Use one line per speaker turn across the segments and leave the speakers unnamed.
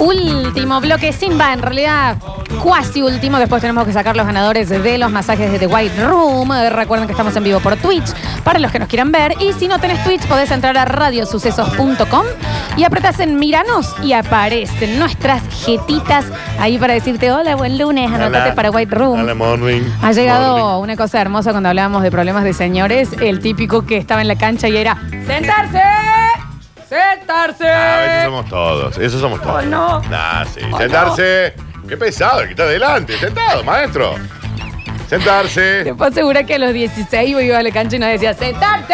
último bloque, sin va, en realidad cuasi último. Después tenemos que sacar los ganadores de los masajes de The White Room. Eh, Recuerden que estamos en vivo por Twitch para los que nos quieran ver. Y si no tenés Twitch, podés entrar a radiosucesos.com y apretás en Miranos y aparecen nuestras jetitas ahí para decirte hola, buen lunes, anotate
Hola.
para White Room.
Hola, morning.
Ha llegado
Morning.
una cosa hermosa cuando hablábamos de problemas de señores, el típico que estaba en la cancha y era ¡Sentarse! ¡Sentarse!
Ah, eso somos todos. Eso somos todos.
Oh, no.
Nah, sí.
Oh,
Sentarse. Qué pesado el que está adelante. Sentado, maestro. Sentarse.
Te puedo asegurar que a los 16 yo iba a la cancha y nos decía ¡Sentarse!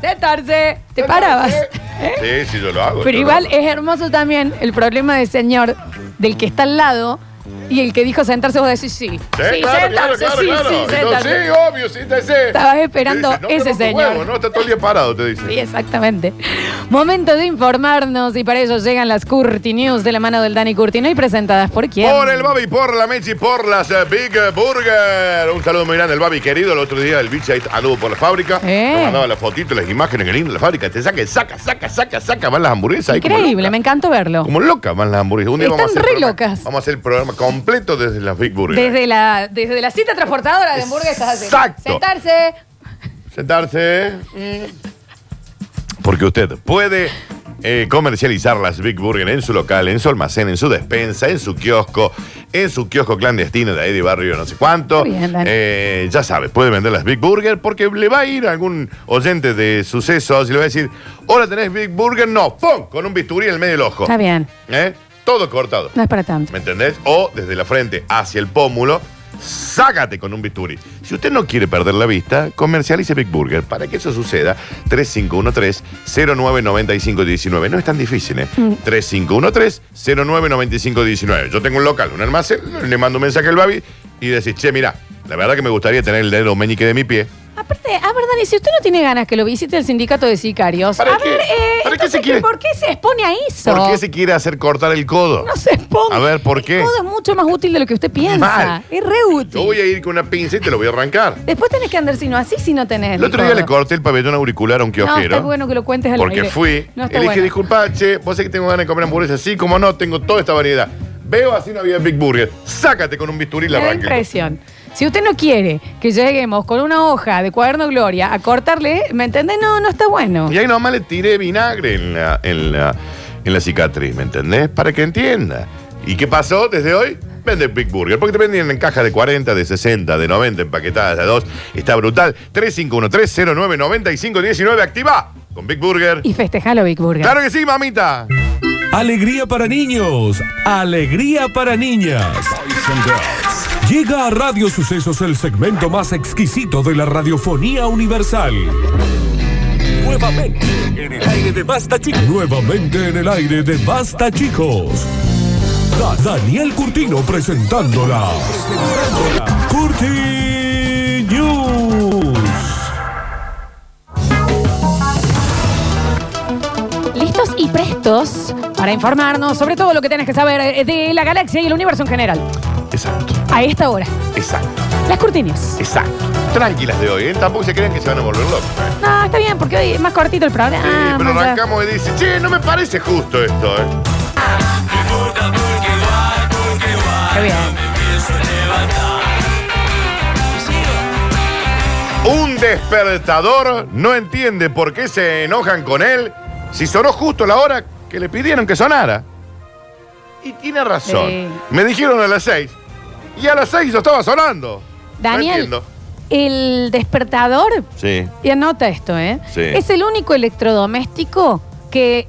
¡Sentarse! Te
Sentarse.
parabas.
Sí, sí, yo lo hago.
Pero
yo
igual
lo hago.
es hermoso también el problema de señor del que está al lado y el que dijo sentarse vos decís sí.
Sí, claro, claro, claro,
sí,
claro.
sí,
Entonces,
sentarse.
sí, obvio, siéntese.
Estabas esperando
Te dice, no,
ese
rompa un
señor.
huevo, no, está todo el día parado, te dice.
Sí, exactamente. Momento de informarnos y para ello llegan las Curti News de la mano del Dani Curtino y presentadas por quién.
Por el Babi, por la Mechi, por las eh, Big Burger. Un saludo muy grande al Babi querido. El otro día el bicho ahí anduvo por la fábrica.
Eh.
Nos mandaba las fotitos, las imágenes, que linda la fábrica. Te saca, saca, saca, saca, saca. Van las hamburguesas. ahí como
Increíble,
locas.
me encantó verlo.
Como locas van las hamburguesas. Un día
Están
vamos a hacer
re
programa-
locas.
Vamos a hacer el programa completo desde las Big Burger.
Desde la, desde la cita transportadora de hamburguesas. así.
Exacto.
Sentarse.
Sentarse. mm. Porque usted puede eh, comercializar las Big Burger en su local, en su almacén, en su despensa, en su kiosco, en su kiosco clandestino de ahí de barrio no sé cuánto.
Bien, Dani.
Eh, ya sabe, puede vender las Big Burger porque le va a ir algún oyente de sucesos y le va a decir, hola, ¿tenés Big Burger? No, ¡pum! Con un bisturí en el medio del ojo.
Está bien,
¿Eh? Todo cortado.
no es para tanto.
¿Me entendés? O desde la frente hacia el pómulo, sácate con un bisturí. Si usted no quiere perder la vista, comercialice Big Burger. Para que eso suceda, 3513-099519. No es tan difícil, ¿eh?
Mm.
3513-099519. Yo tengo un local, un almacén, le mando un mensaje al Babi y decís, che, mira, la verdad que me gustaría tener el dedo meñique de mi pie.
Aparte, a ver, Dani, si usted no tiene ganas que lo visite el sindicato de sicarios,
¿Para
a
qué?
ver, eh,
¿Para qué se
entonces,
quiere?
¿por qué se expone a eso?
¿Por qué se quiere hacer cortar el codo?
No se expone.
A ver, ¿por qué?
Todo es mucho más útil de lo que usted piensa.
Mal.
Es re útil.
Yo voy a ir con una pinza y te lo voy a arrancar.
Después tenés que andar sino así, si no tenés.
El otro día
codo.
le corté el pabellón auricular a un
No,
kiosquero.
está bueno que lo cuentes al
Porque
aire.
fui,
No
y le
está
dije,
bueno.
disculpa, che, vos sé que tengo ganas de comer hamburguesas. Sí, como no, tengo toda esta variedad. Veo así no había Big Burger. Sácate con un bisturí y la
Me da
arranque.
impresión. Si usted no quiere que lleguemos con una hoja de cuaderno Gloria a cortarle, ¿me entiende? No, no está bueno.
Y ahí nomás le tiré vinagre en la, en la, en la cicatriz, ¿me entendés? Para que entienda. ¿Y qué pasó desde hoy? Vende Big Burger, porque te vendían en cajas de 40, de 60, de 90, empaquetadas de 2. Está brutal. 351-309-9519, activa con Big Burger.
Y festejalo, Big Burger.
Claro que sí, mamita.
Alegría para niños, alegría para niñas. Llega a Radio Sucesos el segmento más exquisito de la radiofonía universal. Nuevamente en el aire de Basta Chicos. Nuevamente en el aire de Basta Chicos. Da- Daniel Curtino presentándola. Curti News.
Listos y prestos para informarnos sobre todo lo que tenés que saber eh, de la galaxia y el universo en general.
Exacto,
A esta hora,
exacto.
las cortinas.
Exacto. Tranquilas de hoy, ¿eh? Tampoco se crean que se van a volver locos. ¿eh?
No, está bien, porque hoy es más cortito el programa.
Sí, pero
ya.
arrancamos y dice, che, no me parece justo esto, ¿eh?
Qué bien.
Un despertador no entiende por qué se enojan con él si sonó justo la hora que le pidieron que sonara. Y tiene razón.
Sí.
Me dijeron a las seis. Y a las seis yo estaba sonando. No
Daniel,
entiendo.
el despertador
Sí.
Y anota esto, ¿eh?
Sí.
Es el único electrodoméstico que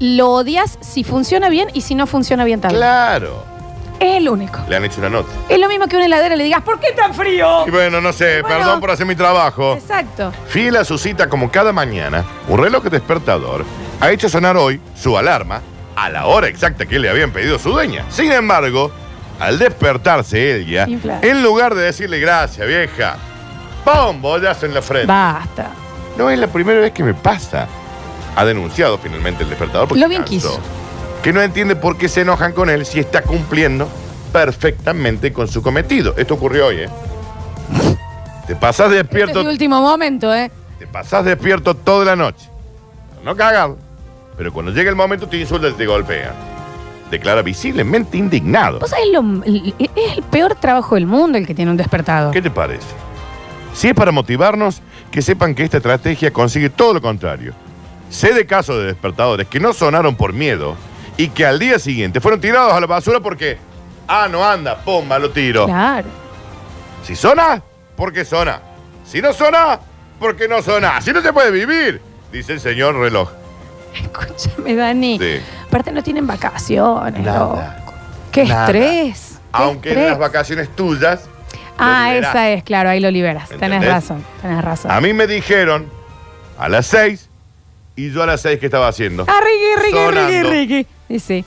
lo odias si funciona bien y si no funciona bien también.
Claro.
Es el único.
Le han hecho una nota.
Es lo mismo que una heladera le digas, ¿por qué tan frío?
Y bueno, no sé,
Bueno.
perdón por hacer mi trabajo.
Exacto.
Fiel a su cita como cada mañana, un reloj despertador ha hecho sonar hoy su alarma a la hora exacta que le habían pedido su dueña. Sin embargo, al despertarse ella,
Infla.
en lugar de decirle gracias, vieja, ¡pum! bollazo en la frente.
Basta. Este
No es la primera vez que me pasa. Ha denunciado finalmente el despertador porque
Lo bien
cansó.
quiso.
Que no entiende por qué se enojan con él si está cumpliendo perfectamente con su cometido. Esto ocurrió hoy, ¿eh? Te pasás
Este es
despierto
el último momento, ¿eh?
te pasás despierto toda la noche. Para No cagar. Pero cuando llega el momento te insultan y te golpean. declara visiblemente indignado.
Vos sabés, lo- es el peor trabajo del mundo el que tiene un despertado.
¿Qué te parece? Si es para motivarnos, que sepan que esta estrategia consigue todo lo contrario. Sé de casos de despertadores que no sonaron por miedo y que al día siguiente fueron tirados a la basura porque, ah, no anda, pomba, lo tiro.
Claro.
Si sona, porque sona. Si no sona, porque no sona. Así no se puede vivir, dice el señor reloj.
Escúchame, Dani.
Sí.
Aparte no tienen vacaciones,
Nada.
loco. Qué
Nada.
estrés. qué
Aunque en
estrés.
las vacaciones tuyas.
Ah,
lo liberás.
esa es, claro, ahí lo liberas. Tenés
¿Entendés?
razón, tenés razón.
A mí me dijeron a las seis y yo a las seis, ¿qué estaba haciendo?
Ah, Ricky, Ricky,
Sonando.
Ricky, Ricky. Y sí.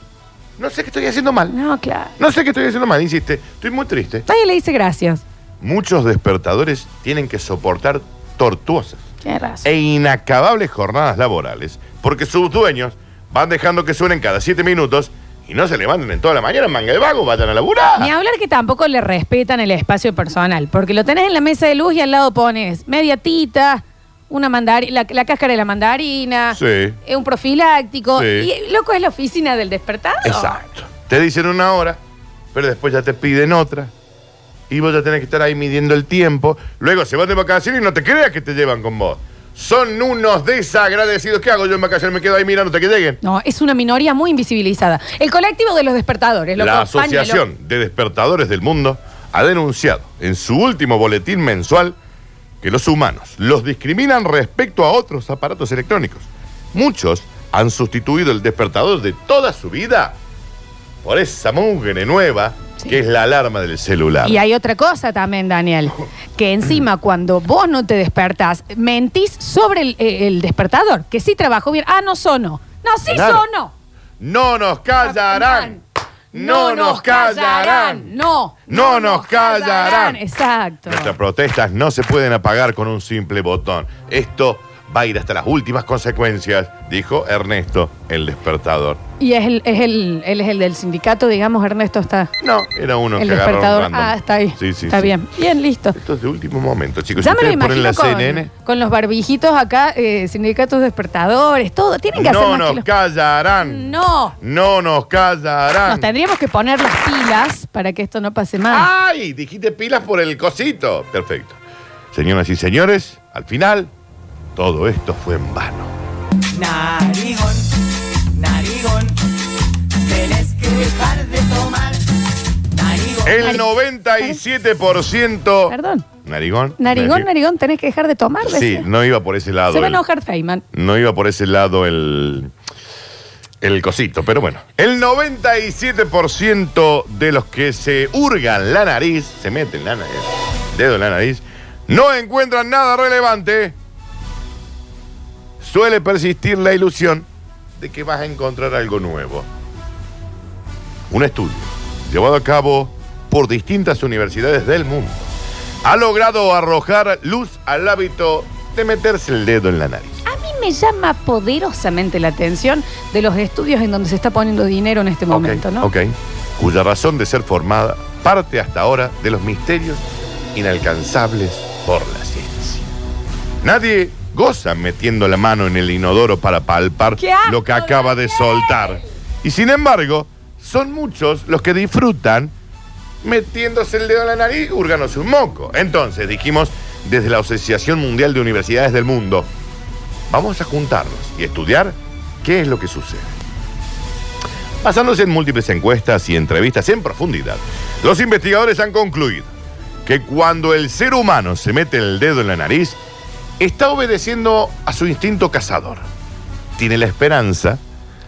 No sé qué estoy haciendo mal.
No, claro.
No sé qué estoy haciendo mal, insiste. Estoy muy triste.
Nadie le dice gracias.
Muchos despertadores tienen que soportar tortuosas
Tienes razón.
e inacabables jornadas laborales porque sus dueños van dejando que suenen cada siete minutos y no se levanten en toda la mañana, manga de vago, vayan a laburar.
Ni hablar que tampoco le respetan el espacio personal, porque lo tenés en la mesa de luz y al lado pones media tita, una mandari la, la cáscara de la mandarina,
Sí.
eh, un profiláctico.
Sí.
Y loco es la oficina del despertado.
Exacto. Te dicen una hora, pero después ya te piden otra. Y vos ya tenés que estar ahí midiendo el tiempo. Luego se van de vacaciones y no te creas que te llevan con vos. Son unos desagradecidos. ¿Qué hago yo en vacaciones? Me quedo ahí mirando hasta que lleguen.
No, es una minoría muy invisibilizada. El colectivo de los despertadores, loco,
La
pañuelo.
Asociación de Despertadores del Mundo ha denunciado en su último boletín mensual que los humanos los discriminan respecto a otros aparatos electrónicos. Muchos han sustituido el despertador de toda su vida por esa mugre nueva
Sí.
que es la alarma del celular.
Y hay otra cosa también, Daniel, que encima cuando vos no te despertás, mentís sobre el, eh, el despertador, que sí trabajó bien. Ah, no sonó. No, sí
Claro.
sonó.
No nos callarán. No nos callarán.
No.
No nos callarán.
Exacto.
Nuestras protestas no se pueden apagar con un simple botón. Esto va a ir hasta las últimas consecuencias, dijo Ernesto, el despertador.
Y es el, es el, él es el del sindicato, digamos, Ernesto está.
No, era uno
El
que agarraron
despertador.
random.
Ah, está ahí.
Sí, sí,
está
sí.
bien. Bien, listo.
Esto es de último momento, chicos.
Ya
si
me lo
ustedes ponen la
imagino con,
CNN,
con los barbijitos acá, eh, sindicatos despertadores, todo. Tienen que hacer
no
más
nos
que los-
callarán.
No.
No nos callarán.
Nos tendríamos que poner las pilas para que esto no pase más.
¡Ay! Dijiste pilas por el cosito. Perfecto. Señoras y señores, al final, todo esto fue en vano.
Narigón, narigón, tenés que dejar de tomar. Narigón.
El
Nari-
97%.
Perdón.
Narigón.
Narigón, narigón, tenés que dejar de tomar.
Sí,
decía.
no iba por ese lado.
Se va a
el-
enojar Feynman.
No iba por ese lado el, el cosito, pero bueno. El 97% de los que se hurgan la nariz, se meten la nariz, dedo en la nariz, no encuentran nada relevante. Suele persistir la ilusión de que vas a encontrar algo nuevo. Un estudio llevado a cabo por distintas universidades del mundo ha logrado arrojar luz al hábito de meterse el dedo en la nariz.
A mí me llama poderosamente la atención de los estudios en donde se está poniendo dinero en este
Ok,
momento, ¿no?
Ok. Cuya razón de ser formada parte hasta ahora de los misterios inalcanzables por la ciencia. Nadie goza metiendo la mano en el inodoro para palpar
¡Qué asco,
lo que acaba de soltar. Y sin embargo, son muchos los que disfrutan metiéndose el dedo en la nariz, hurgándose un moco. Entonces, dijimos desde la Asociación Mundial de Universidades del Mundo, vamos a juntarnos y estudiar qué es lo que sucede. Basándose en múltiples encuestas y entrevistas en profundidad, los investigadores han concluido que cuando el ser humano se mete el dedo en la nariz, está obedeciendo a su instinto cazador. Tiene la esperanza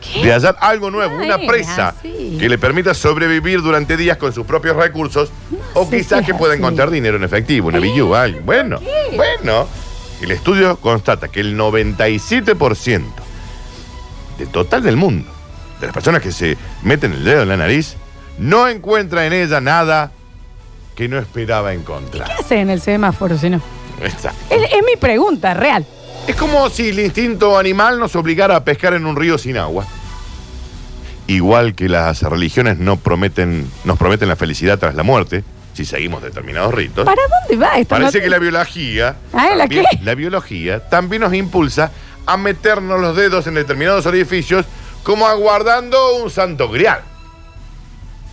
¿Qué?
de hallar algo nuevo,
No
una
es
presa
así.
que le permita sobrevivir durante días con sus propios recursos o
sé
quizás
si
que
es
pueda
así.
encontrar dinero en efectivo, una billuba, algo. Bueno, bueno. El estudio constata que el 97% del total del mundo, de las personas que se meten el dedo en la nariz, no encuentra en ella nada que no esperaba encontrar.
¿Qué hace en el semáforo si no?
Exacto.
Es, es mi pregunta, real.
Es como si el instinto animal nos obligara a pescar en un río sin agua. Igual que las religiones no prometen, nos prometen la felicidad tras la muerte, si seguimos determinados ritos,
¿Para dónde va esto?
parece
No-
que la biología,
Ah, ¿la
también-
qué?
la biología también nos impulsa a meternos los dedos en determinados orificios como aguardando un santo grial.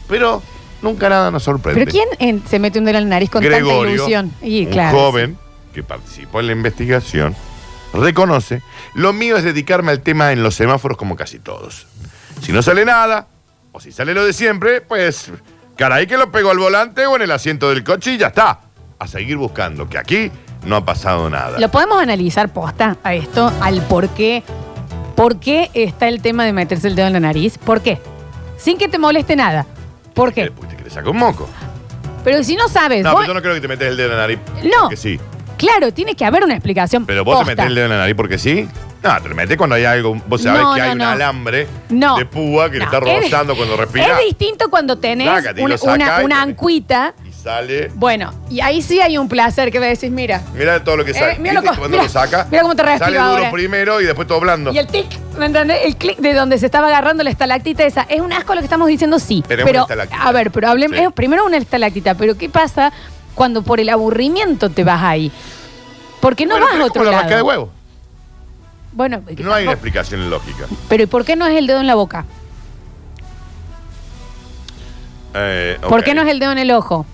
Pero nunca nada nos sorprende.
¿Pero quién eh, se mete un dedo en la nariz con tanta
Gregorio,
ilusión? Y
un
claro.
joven que participó en la investigación, reconoce, lo mío es dedicarme al tema en los semáforos como casi todos. Si no sale nada, o si sale lo de siempre, pues caray que lo pego al volante o en el asiento del coche y ya está. A seguir buscando, que aquí no ha pasado nada.
¿Lo podemos analizar posta a esto? Al por qué. ¿Por qué está el tema de meterse el dedo en la nariz? ¿Por qué? Sin que te moleste nada. ¿Por qué?
Porque Eh, pues, te saca un moco.
Pero si no sabes.
No,
vos-
pero yo no creo que te metes el dedo en la nariz.
No.
Porque sí.
Claro, tiene que haber una explicación.
Pero vos te
posta.
metés el dedo en la nariz porque sí. No, te lo metes cuando hay algo. Vos sabés
No,
que hay
no,
un
no.
alambre
No.
de púa que
No,
te está
es di-
rozando cuando respiras.
Es distinto cuando tenés
Sácate y
una,
lo sacá
una-
y
una
tenés.
ancuita.
Y sale.
Bueno, y ahí sí hay un placer que me decís, mira.
Mira todo lo que sale.
Eh, mira lo
¿Viste
co-
cuando
mira,
lo saca.
mira cómo te respira
Sale duro
ahora.
primero y después todo blando.
Y el tic, ¿me entendés? El clic de donde se estaba agarrando la estalactita esa. Es un asco lo que estamos diciendo, sí.
Pero es una estalactita.
a ver, pero hablemos.
Sí.
es primero una estalactita, pero ¿qué pasa cuando por el aburrimiento te vas ahí? Porque no
Bueno,
vas
pero
a
es
otro
como la
lado.
rasca de huevo.
Bueno,
No hay una
tampoco-
explicación lógica.
pero ¿y por qué no es el dedo en la boca?
Eh,
¿Por
ok.
qué no es el dedo en el ojo?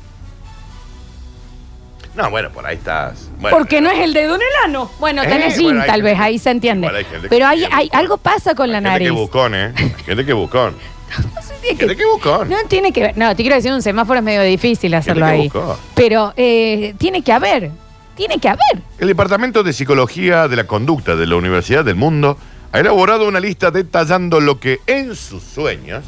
No, bueno, por ahí estás. Bueno,
Porque no es el dedo en el ano. Bueno,
Eh,
tenés
bueno,
gin, tal
hay gente-
vez, ahí se entiende.
Igual hay gente que
Pero hay,
tiene
hay-
buscón.
algo pasa con la
Hay Gente
nariz.
que buscón, ¿eh? Hay Gente que buscón.
Sí, tiene que-
Gente que buscón.
No tiene que ver. No, te quiero decir, un semáforo es medio difícil hacerlo
que
ahí.
buscó.
Pero eh, tiene que haber. Tiene que haber.
El Departamento de Psicología de la Conducta de la Universidad del Mundo ha elaborado una lista detallando lo que en sus sueños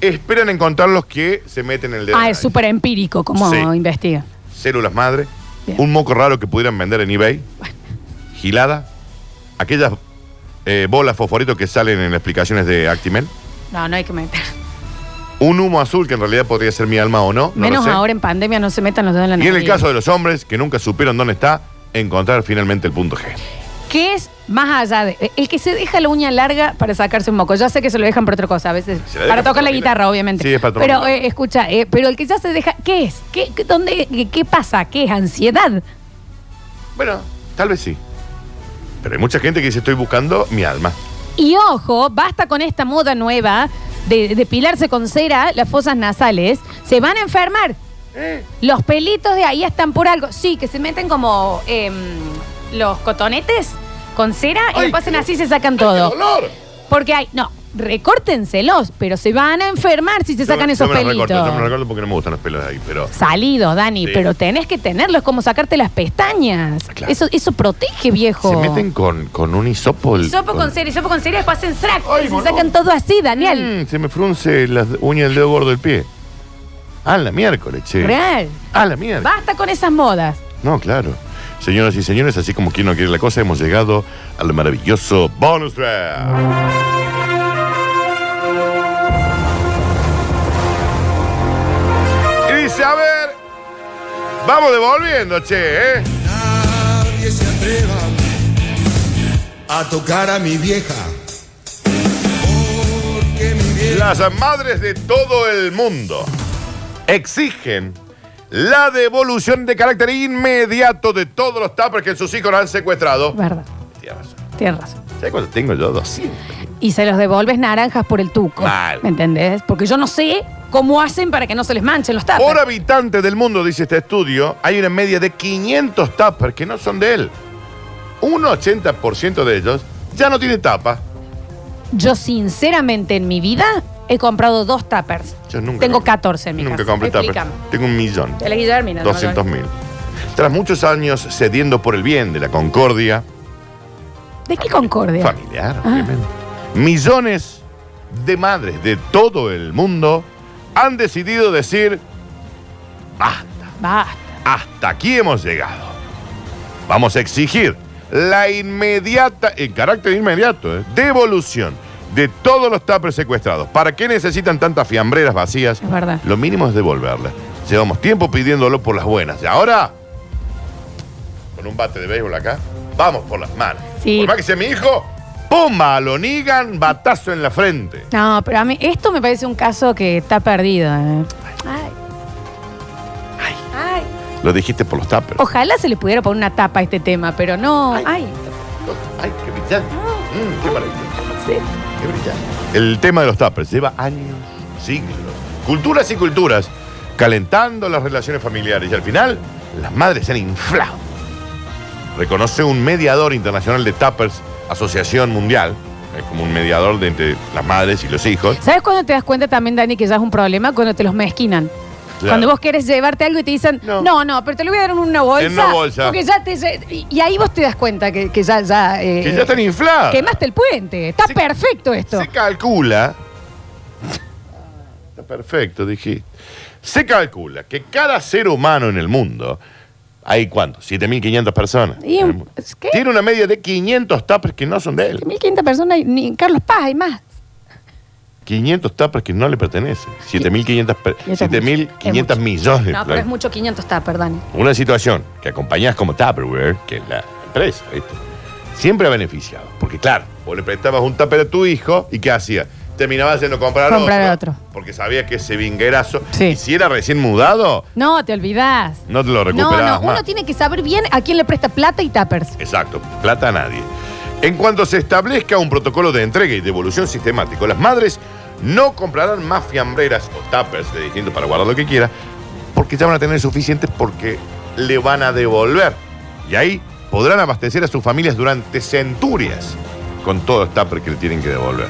esperan encontrar los que se meten en el dedo. en
ah,
la
es
nariz.
súper empírico como
Sí.
investiga.
Células madre,
Bien.
un moco raro que pudieran vender en eBay, gilada, aquellas eh, bolas fosforito que salen en las explicaciones de Actimel,
No, no hay que meter.
un humo azul que en realidad podría ser mi alma o no. no lo
Menos
sé.
ahora en pandemia no se metan los dedos en la
Y
nariz.
en el caso de los hombres que nunca supieron dónde está, encontrar finalmente el punto G.
¿Qué es más allá de. El que se deja la uña larga para sacarse un moco. Ya sé que se lo dejan por otra cosa a veces.
Se la deja
Para
por
tocar la
trompita.
guitarra, obviamente.
Sí, es para trompita.
Pero eh, escucha, eh, pero el que ya se deja. ¿Qué es? ¿Qué, qué- dónde, qué, qué pasa? ¿Qué es? ¿Ansiedad?
Bueno, tal vez sí. Pero hay mucha gente que dice estoy buscando mi alma.
Y ojo, basta con esta moda nueva de depilarse con cera las fosas nasales. Se van a enfermar. Los pelitos de ahí están por algo. Sí, que se meten como em, los cotonetes con cera y
Ay,
lo pasan
qué-
así y se sacan
¡Qué
todo.
dolor!
Porque hay, no, recórtenselos, pero se van a enfermar si se
Yo me-
sacan
yo
esos
me los
pelitos.
recorto, yo me los recorto porque no me gustan los pelos de ahí, pero
Salidos, Dani,
Sí.
pero tenés que tenerlos, como sacarte las pestañas.
Claro.
Eso, eso protege, viejo.
se meten con, con un hisopo. el-
Sopo con cera, sopo con cera, después hacen sac.
Ay,
se
boludo.
sacan todo así, Daniel.
Mm, se me frunce la uña del dedo gordo del pie. Ah, la miércoles, che.
Real.
Ah, la miércoles.
Basta con esas modas.
No, claro. Señoras y señores, así como quien no quiere la cosa, hemos llegado al maravilloso bonus track. Y dice, a ver, vamos devolviendo, che, ¿eh?
Nadie se atreva a tocar a mi vieja. Porque mi vieja
Las madres de todo el mundo exigen la devolución de carácter inmediato de todos los tappers que sus hijos han secuestrado.
Verdad,
Tienes razón.
tienes razón.
¿Sabes cuánto tengo yo? 200.
Y se los devolves naranjas por el tuco.
Mal.
¿Me entendés? Porque yo no sé cómo hacen para que no se les manchen los tapas.
Por habitante del mundo, dice este estudio, hay una media de 500 tappers que no son de él. Un 80% de ellos ya no tiene tapa.
Yo, sinceramente, en mi vida he comprado dos tappers.
Yo nunca
Tengo
compré-
14 en mi
Nunca
casa.
compré tupper.
Explícame.
Tengo un millón.
Elegí Guillermina.
200 mil. Tras muchos años cediendo por el bien de la concordia
¿De qué concordia?
familiar, obviamente, millones de madres de todo el mundo han decidido decir, basta.
Basta.
Hasta aquí hemos llegado. Vamos a exigir la inmediata, en carácter inmediato, ¿eh? devolución de todos los tapers secuestrados. ¿Para qué necesitan tantas fiambreras vacías?
Es verdad.
Lo mínimo es devolverlas. Llevamos tiempo pidiéndolo por las buenas. Y ahora, con un bate de béisbol acá, vamos por las manos.
Sí.
Por más que sea mi hijo, ¡pumba! Lo nigan, batazo en la frente.
No, pero a mí esto me parece un caso que está perdido. ¿eh? Ay. Ay.
Lo dijiste por los tapers.
Ojalá se le pudiera poner una tapa a este tema, pero no.
Ay.
Ay.
¡Ay, qué brillante!
Ah.
Mm, ¡Qué maravilla!
Sí.
Qué brillante. El tema de los tappers lleva años, siglos, culturas y culturas, calentando las relaciones familiares y al final las madres se han inflado. Reconoce un mediador internacional de Tappers, Asociación Mundial, es como un mediador de entre las madres y los hijos.
¿Sabes cuándo te das cuenta también, Dani, que ya es un problema? Cuando te los mezquinan.
Claro.
Cuando vos querés llevarte algo y te dicen, no,
No.
no, pero te lo voy a dar en una bolsa.
En una bolsa.
Porque ya te, ya- y, y ahí vos te das cuenta que, que ya, ya, eh,
Que ya están infladas.
quemaste el puente. Está
Sí.
perfecto esto.
Se calcula. Está perfecto, dije. Se calcula que cada ser humano en el mundo. ¿Hay cuánto? 7.500 personas.
Y un-
En el mundo.
¿qué?
Tiene una media de 500 tapas que no son de él.
1500 personas, y ni Carlos Paz, hay más.
500 tapas que no le pertenecen. 7.500 per-
Y eso es
7.500
mucho.
millones.
No, pero es mucho 500 tupper, Dani.
Una situación que acompañás como Tupperware, que es la empresa, ¿viste? siempre ha beneficiado. Porque, claro, vos le prestabas un tupper a tu hijo y ¿qué hacía? Terminaba haciendo comprar,
Comprar
otro,
otro.
Porque sabía que ese vinguerazo,
Sí.
y si era recién mudado,
No, te olvidás.
no te lo
No,
recuperabas
no,
más.
uno tiene que saber bien a quién le presta plata y tuppers.
Exacto, plata a nadie. En cuanto se establezca un protocolo de entrega y devolución sistemático, las madres no comprarán más fiambreras o tuppers de distintos para guardar lo que quiera, porque ya van a tener suficientes porque le van a devolver. Y ahí podrán abastecer a sus familias durante centurias con todos los tuppers que le tienen que devolver.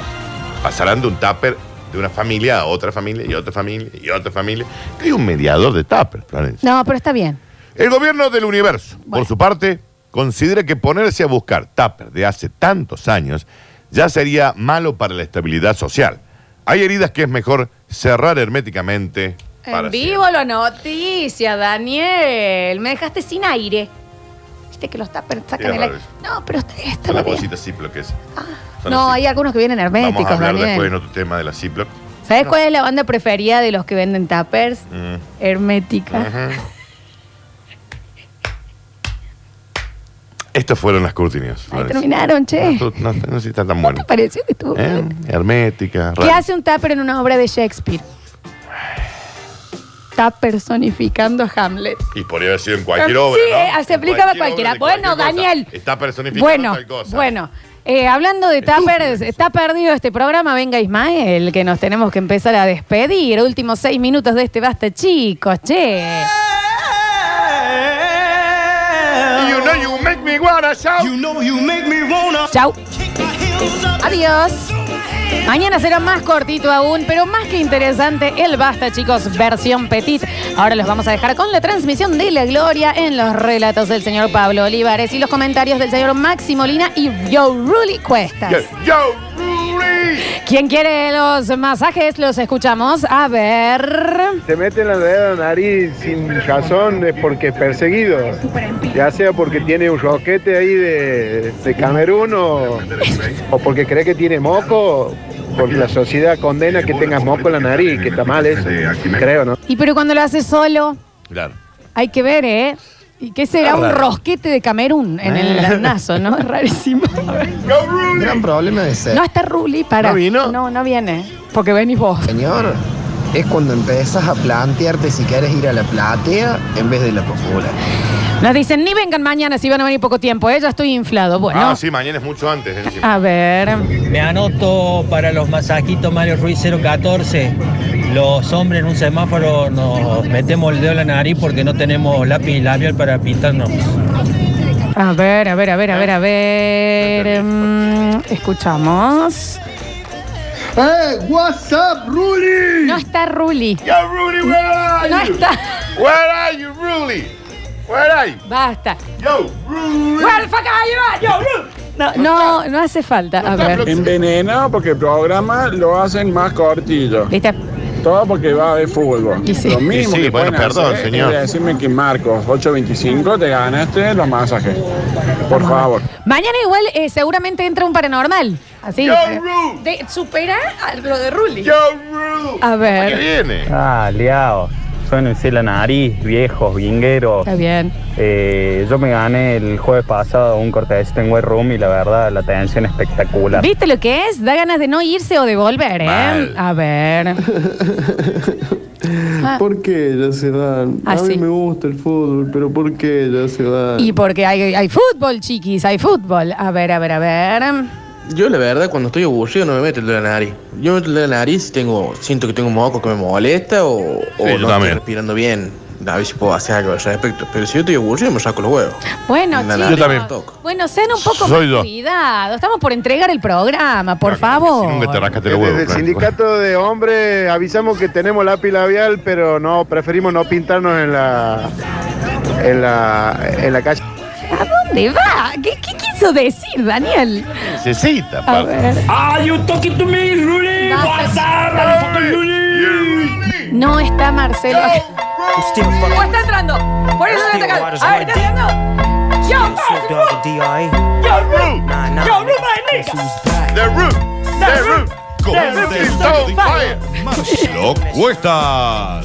Pasarán de un tupper de una familia a otra familia y otra familia y otra familia. Hay un mediador de tuppers, Florencia.
No, pero está bien.
El gobierno del universo,
Bueno.
por su parte, considera que ponerse a buscar tupper de hace tantos años ya sería malo para la estabilidad social. Hay heridas que es mejor cerrar herméticamente. para
en vivo la noticia, Daniel. Me dejaste sin aire. Viste que los tuppers sacan
Sí,
el aire.
es
No, pero está,
siempre.
está
Son las
bien.
bolsitas Ziploc que es. Son
No,
las
hay
Ziploc.
algunos que vienen herméticos,
Vamos a hablar
Daniel.
después en otro tema de la Ziploc.
¿Sabes cuál es la banda preferida de los que venden tuppers?
Mm.
Hermética.
Estas fueron las cortinas.
Ahí terminaron, che.
No, no, no sé si están tan
¿No te
buenas.
pareció que estuvo
¿Eh?
bien?
Hermética.
¿Qué hace un tupper en una obra de Shakespeare? Está personificando a Hamlet.
Y podría haber sido en cualquier
Sí,
obra. ¿no?
eh, se
En
aplicaba
cualquier
cualquiera.
obra de cualquier
Bueno,
cosa.
Daniel.
Está personificado
Bueno,
tal cosa.
bueno. Eh, hablando de
Estúpido
tuppers, está perdido este programa. Venga Ismael, que nos tenemos que empezar a despedir. Últimos seis minutos de este basta, chicos. Che.
You know you make me wanna shout.
Chau. Adiós. Mañana será más cortito aún, pero más que interesante el Basta, chicos, versión petit. Ahora los vamos a dejar con la transmisión de la gloria en los relatos del señor Pablo Olivares y los comentarios del señor Maxi Molina y Yo Ruli Cuestas.
Yo, yo, Rudy.
¿Quién quiere los masajes? Los escuchamos. A ver.
Te meten la dedo en la nariz sin razón es porque es perseguido. Ya sea porque tiene un roquete ahí de, de Camerún o, o porque cree que tiene moco, porque la sociedad condena que tengas moco en la nariz, que está mal eso. Creo, ¿no?
Y pero cuando lo hace solo,
Claro.
hay que ver, ¿eh? ¿Y qué será un rosquete de Camerún en
Eh.
el nazo, no? Es rarísimo. A ver.
Yo, Rudy.
gran problema de ser
No está Ruli, para.
¿No vino?
No, no viene. Porque venís vos.
señor es cuando empezas a plantearte si quieres ir a la platea en vez de la popular.
Nos dicen, ni vengan mañana si van a venir poco tiempo, ¿eh? Ya estoy inflado. Bueno. Ah.
Ah, sí, mañana es mucho antes. encima.
A ver.
Me anoto para los masajitos Mario Ruiz 014. Los hombres en un semáforo nos metemos el dedo en la nariz porque no tenemos lápiz labial para pintarnos.
A ver, a ver, a ver, a ver, a ver. Mm, escuchamos.
¡Eh! ¡What's up, Ruli!
No está Ruli.
Yo, Rudy, where are
No
you?
está.
Where are you, Rudy? Where are you?
Basta.
Yo, Rudy.
Where the fuck are you? Yo, Ruli. No, no, no hace falta. A ver.
Envenena porque el programa lo hacen más cortito.
¿Viste?
Todo porque va a haber fútbol.
Y sí.
Lo mismo
Y sí,
que
bueno,
pueden
perdón,
¿eh?
hacer
señor.
es decirme que Marcos 825 te ganaste los masajes. Por favor.
Mañana igual eh, seguramente entra un paranormal. Así.
Yo,
eh,
Ru.
De, supera a lo de Ruli.
Yo, Rudy.
A ver.
¿Qué viene?
Ah, liao. Suénense la nariz, viejos, vingueros.
Está bien.
Eh, yo me gané el jueves pasado un cortecito en White Room y la verdad la tensión espectacular.
¿Viste lo que es? Da ganas de no irse o de volver, ¿eh?
Mal.
A ver. Ah,
¿Por qué ya se dan?
Ah,
a mí
sí.
me gusta el fútbol, pero ¿por qué ya se dan?
Y porque hay, hay fútbol, chiquis, hay fútbol. A ver, a ver, a ver.
Yo la verdad cuando estoy aburrido no me meto el dedo en la nariz. Yo me meto el dedo en la nariz y tengo, siento que tengo un moco que me molesta o, o
Oh,
yo
no estoy
también.
respirando bien. A ver si puedo hacer algo al respecto. Pero si yo estoy aburrido me saco los huevos.
Bueno,
En la
chicos.
nariz. Yo también.
Bueno, sean un poco
Soy
más
yo.
cuidado. Estamos por entregar el programa, por favor.
Desde el
Franco.
sindicato de hombres avisamos que tenemos lápiz labial, pero no, preferimos no pintarnos en la, en la, en la calle.
¿A dónde va? ¿Qué, qué quiso decir, Daniel?
Necesita,
A ver. pues,
Ay, un toquito me, Rulli. Basta,
eh. No está Marcelo. O está entrando. Por eso le atacan. A ver, está entrando. Yo,
Yo, Root. Yo, Root, my nigga. The Root. The Root.
este Lo cuestas.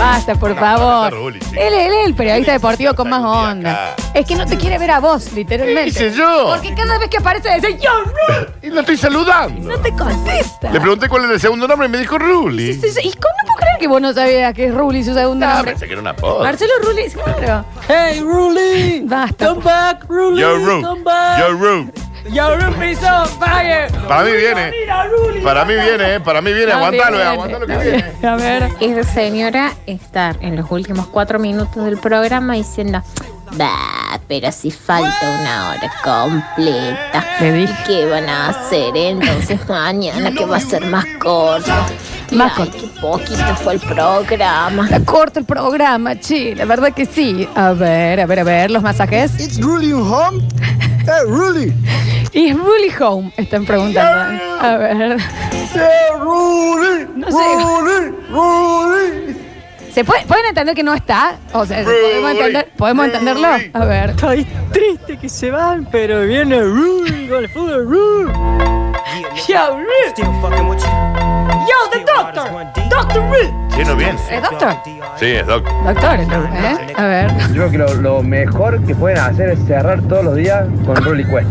Basta, por favor. Él él es el periodista deportivo con más onda. Es que no te quiere ver a vos, literalmente.
¿Qué hice yo?
Porque cada vez que aparece dice yo, Ruth",
Y lo estoy saludando.
y no te contesta.
Le pregunté cuál era el segundo nombre y me dijo Ruli.
Sí, sí, ¿Y cómo no puedo creer que vos no sabías que es Ruli su segundo
Ah,
nombre?
pensé que era una apodo.
Marcelo Ruli, claro. Hey, Ruli. Basta. Come back, Ruli.
Yo Ru. Yo Ru.
Yo, Ruli, so fire.
Para mí viene. Para mí viene, eh. Para mí viene. Aguantalo, eh, aguantalo que viene.
A ver.
Esa señora estar en los últimos cuatro minutos del programa diciendo, bah, pero si falta una hora completa. ¿Y qué van a hacer entonces mañana que va a ser más corto? Más corto. Qué poquito fue el programa.
Está corto el programa, che, la verdad que sí. A ver, a ver, a ver, los masajes. ¿It's really home? Eh, Hey, really. ¿Is really home? Están preguntando. A ver. Eh, No sé. ¿Se puede, ¿Pueden entender que no está? O sea, ¿podemos, entender- podemos entenderlo? A ver. Estoy triste que se van, pero viene Rudy con el fútbol Yo, Yo, the doctor. Doctor
Sí, no viene.
¿Es doctor?
E?
Sí, es doc.
Doctor, ¿eh? A ver.
Yo creo que lo, lo mejor que pueden hacer es cerrar todos los días con Rolly Cuesta.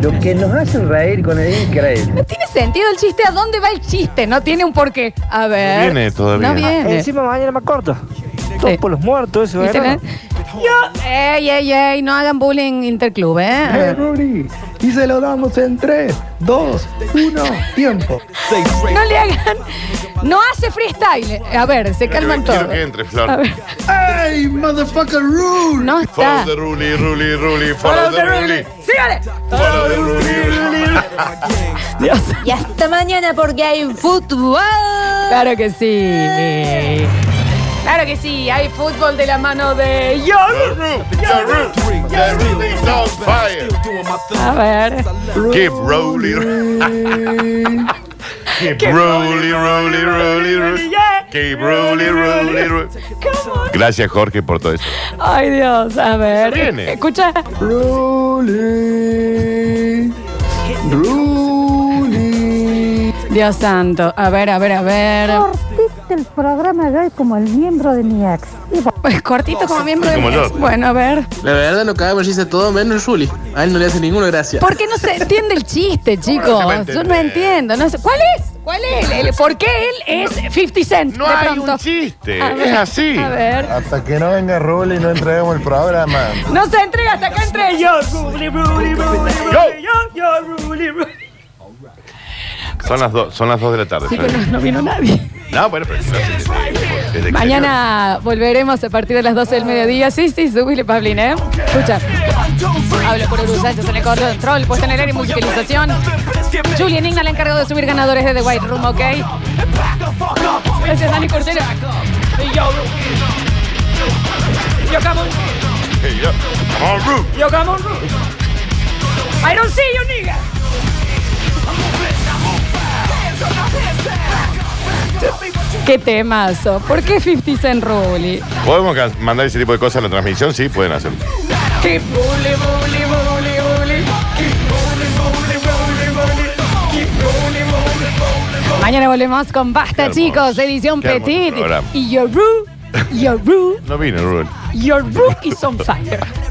Lo que nos hacen reír con el increíble.
No tiene sentido el chiste. ¿A dónde va el chiste? No tiene un porqué. A ver.
Viene todavía.
No viene.
Encima mañana más corto. Todos por los muertos, eso
¿Viste,
¿verdad?
ven? Yo- Ey, ey, ey, no hagan bullying interclub, ¿eh? A ver.
Y se lo damos en 3, 2, 1, tiempo.
No le hagan. No hace freestyle. A ver, se calman
quiero
todos.
que entre, Flor.
A ver. ¡Ey, motherfucker rule! No
Follow
está.
the Ruli, Ruli, Ruli. Follow the Ruli.
¡Sígale!
Follow the Ruli.
Dios.
Y hasta mañana porque hay fútbol.
Claro que sí. mi. Claro que sí, hay fútbol de la mano de Yoru. A ver.
Keep rolling. Keep rolling, rolling, rolling, rolling. Keep rolling, rolling, rolling. Gracias, Jorge, por todo eso.
Ay, Dios, a ver.
Viene.
Escucha. Dios santo. A ver, a ver, a ver.
Cortiste el programa de hoy como el miembro de mi ex.
Pues cortito como miembro de
Como
mi
yo.
ex. Bueno, a ver.
La verdad lo cagamos dice todo menos Juli. A él no le hace ninguna gracia.
Porque no se entiende el chiste, chicos.
Bueno, se va a
Yo
entender.
no entiendo. No sé. ¿Cuál es? ¿Cuál es? El- ¿Por qué él es 50 Cent?
No
de
hay
pronto?
un chiste.
A ver,
Es así.
A ver.
Hasta que no venga Ruli no entregamos el programa.
No se entrega hasta que entre yo. Ruli, Ruli, Ruli, Ruli, yo, yo, Ruli, Ruli.
Son las, dos, son las dos de la tarde.
Sí,
Flor.
que no, no vino nadie.
No, bueno, pero. desde- desde que-
Mañana volveremos a partir de las 12 del mediodía. Sí, sí, subile, Pablín, ¿eh? Escucha. Hablo por Uru Sánchez en el control, puesta en el aire y musicalización. Julian Igna, la encargado de subir ganadores de The White Room, ¿ok? Gracias, Dani Cortero. Yo, yo, come on.
Hey, yo. Come on, Ru.
Yo, come on, Ru. I don't see you, nigga. Qué temazo. ¿Por qué 50 Cent Rulli?
¿Podemos can- mandar ese tipo de cosas a la transmisión? Sí, pueden hacerlo.
Keep bully, bully, bully, bully. Keep bully, bully, bully, bully. Keep bully, bully, bully, bully. Mañana volvemos con Basta, chicos, edición
Qué hermoso
Petit.
programa.
Y Yoru, Yoru,
No vino, Ru.
Yoru is on fire.